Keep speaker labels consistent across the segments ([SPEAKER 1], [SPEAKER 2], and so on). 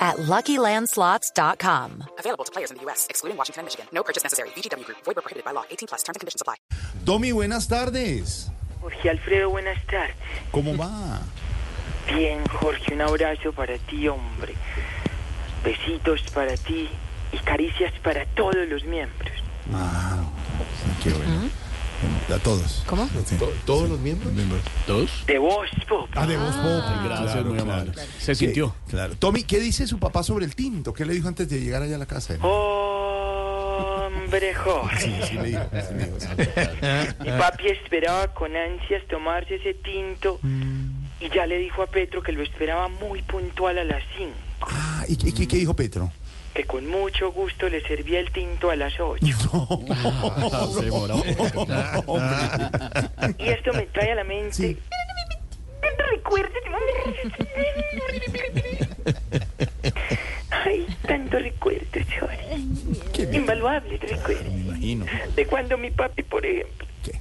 [SPEAKER 1] at LuckyLandSlots.com.
[SPEAKER 2] Available to players in the U.S., excluding Washington and Michigan. No purchase necessary. VGW Group. Void where prohibited by law. 18 plus. Terms and conditions apply.
[SPEAKER 3] Tommy, buenas tardes.
[SPEAKER 4] Jorge Alfredo, buenas tardes.
[SPEAKER 3] ¿Cómo va?
[SPEAKER 4] Bien, Jorge, un abrazo para ti, hombre. Besitos para ti y caricias para todos los miembros.
[SPEAKER 3] Ah, sí, qué bueno. A todos.
[SPEAKER 1] ¿Cómo?
[SPEAKER 3] Sí.
[SPEAKER 5] ¿Todos los miembros?
[SPEAKER 3] Miembros.
[SPEAKER 5] ¿Todos?
[SPEAKER 4] De vos, Pop.
[SPEAKER 3] Ah, de voz pop.
[SPEAKER 5] gracias, muy amable. Se
[SPEAKER 3] ¿Qué-
[SPEAKER 5] sintió.
[SPEAKER 3] Claro. Tommy, ¿qué dice su papá sobre el tinto? ¿Qué le dijo antes de llegar allá a la casa?
[SPEAKER 5] Oh.
[SPEAKER 4] Hombre, Jorge.
[SPEAKER 3] Sí, sí, le dijo. sí, le dijo, sí.
[SPEAKER 4] Mi papi esperaba con ansias tomarse ese tinto y ya le dijo a Petro que lo esperaba muy puntual a las 5,
[SPEAKER 3] Ah, ¿y, qué- qué, qué dijo Petro?
[SPEAKER 4] que con mucho gusto le servía el tinto a las 8.
[SPEAKER 5] Se demoró.
[SPEAKER 4] Y esto me trae a la mente
[SPEAKER 3] Sí.
[SPEAKER 4] recuerdos. Ay, tantos recuerdos, Jorge. Invaluables recuerdos.
[SPEAKER 3] Imagino.
[SPEAKER 4] De cuando mi papi, por ejemplo,
[SPEAKER 3] ¿Qué?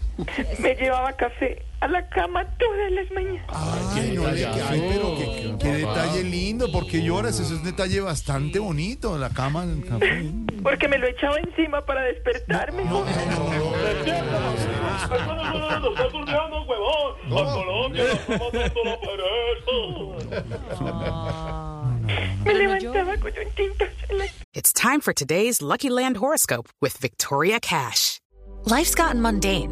[SPEAKER 4] me llevaba café a la cama todas las mañanas.
[SPEAKER 3] Ay, no le ay, pero qué, qué detalle lindo. porque lloras? Eso es un detalle bastante bonito. La cama, el café.
[SPEAKER 4] Porque me lo echaba encima para despertarme. Jorge. Me levantaba con un tinto en la
[SPEAKER 2] It's time for today's Lucky Land horoscope with Victoria Cash.
[SPEAKER 1] Life's gotten mundane,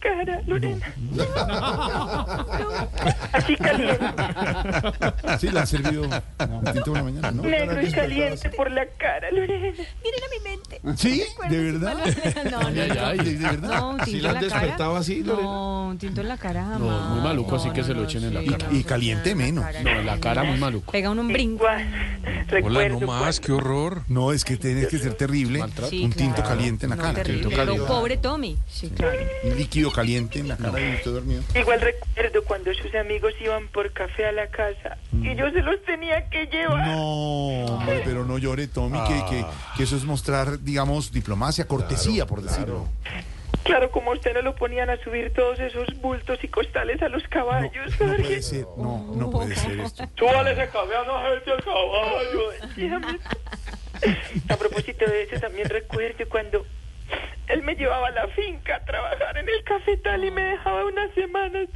[SPEAKER 4] cara, Lorena? Así caliente,
[SPEAKER 3] Ah, Sí, le han servido un tinto por la mañana, ¿no?
[SPEAKER 4] negro y caliente por la cara, Lorena.
[SPEAKER 6] Miren a mi mente.
[SPEAKER 3] Sí, de verdad.
[SPEAKER 6] No, no, no.
[SPEAKER 3] Ay, ¿De de verdad?
[SPEAKER 6] No, un tinto
[SPEAKER 5] ¿Sí
[SPEAKER 6] en
[SPEAKER 5] la
[SPEAKER 6] la
[SPEAKER 5] han despertado
[SPEAKER 6] cara.
[SPEAKER 5] así, Lorena?
[SPEAKER 6] No, un tinto en la cara jamás.
[SPEAKER 5] No, muy maluco, así que se lo echen en la cara.
[SPEAKER 6] pues,
[SPEAKER 3] Y caliente menos.
[SPEAKER 5] No, en la cara muy maluco.
[SPEAKER 6] Pega uno un brinco.
[SPEAKER 4] Guau,
[SPEAKER 7] Hola,
[SPEAKER 4] Recuerdo
[SPEAKER 7] no más, qué horror.
[SPEAKER 3] No, es que tiene que ser terrible.
[SPEAKER 5] Maltrato.
[SPEAKER 6] Sí,
[SPEAKER 3] un tinto
[SPEAKER 6] claro.
[SPEAKER 3] caliente en la
[SPEAKER 6] No,
[SPEAKER 3] cara.
[SPEAKER 6] terrible.
[SPEAKER 5] tinto caliente.
[SPEAKER 6] Pero pobre Tommy. Sí, claro.
[SPEAKER 3] Un líquido caliente en la cara y usted dormido.
[SPEAKER 4] cuando- igual recuerdo cuando sus amigos iban por café a la casa y yo se los tenía que llevar.
[SPEAKER 3] No, hombre, pero no llore, Tommy, que, que- que eso es mostrar, digamos, diplomacia, cortesía, por decirlo.
[SPEAKER 4] Claro, como a usted no lo ponían a subir todos esos bultos y costales a los caballos,
[SPEAKER 3] No
[SPEAKER 4] Jorge.
[SPEAKER 3] puede ser, no, no puede ser esto.
[SPEAKER 4] Súbale ese café a la gente al caballo. Dígame. A propósito de eso, también recuerdo cuando él me llevaba a la finca a trabajar en el cafetal y me dejaba unas semanas.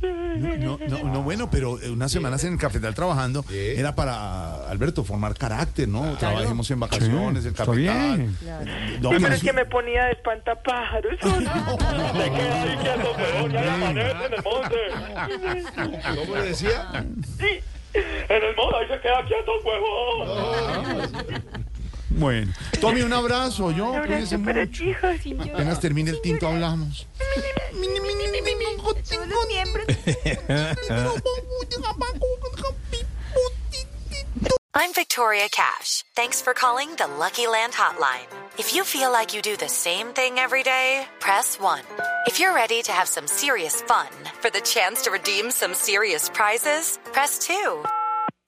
[SPEAKER 3] No, no, no, bueno, pero eh, unas semanas en el cafetal trabajando era para, Alberto, formar carácter, ¿no? Trabajemos en vacaciones, el cafetal. Eh, no,
[SPEAKER 4] Sí,
[SPEAKER 3] pero
[SPEAKER 4] pero es
[SPEAKER 3] sí-
[SPEAKER 4] que me ponía de espantapájaros. Te quedas ahí quieto, huevón, ya amanece en el monte.
[SPEAKER 5] ¿Cómo le decía?
[SPEAKER 4] Sí, en el monte ahí se queda quieto, huevón.
[SPEAKER 3] Bueno, Tommy, un abrazo, yo.
[SPEAKER 4] Un
[SPEAKER 3] cuídese
[SPEAKER 4] abrazo
[SPEAKER 3] mucho.
[SPEAKER 4] para ti, Jorge.
[SPEAKER 3] Apenas termine el tinto, hablamos.
[SPEAKER 6] Todos los miembros.
[SPEAKER 1] I'm Victoria Cash. Thanks for calling the Lucky Land Hotline. If you feel like you do the same thing every day, press 1. If you're ready to have some serious fun for the chance to redeem some serious prizes, press 2.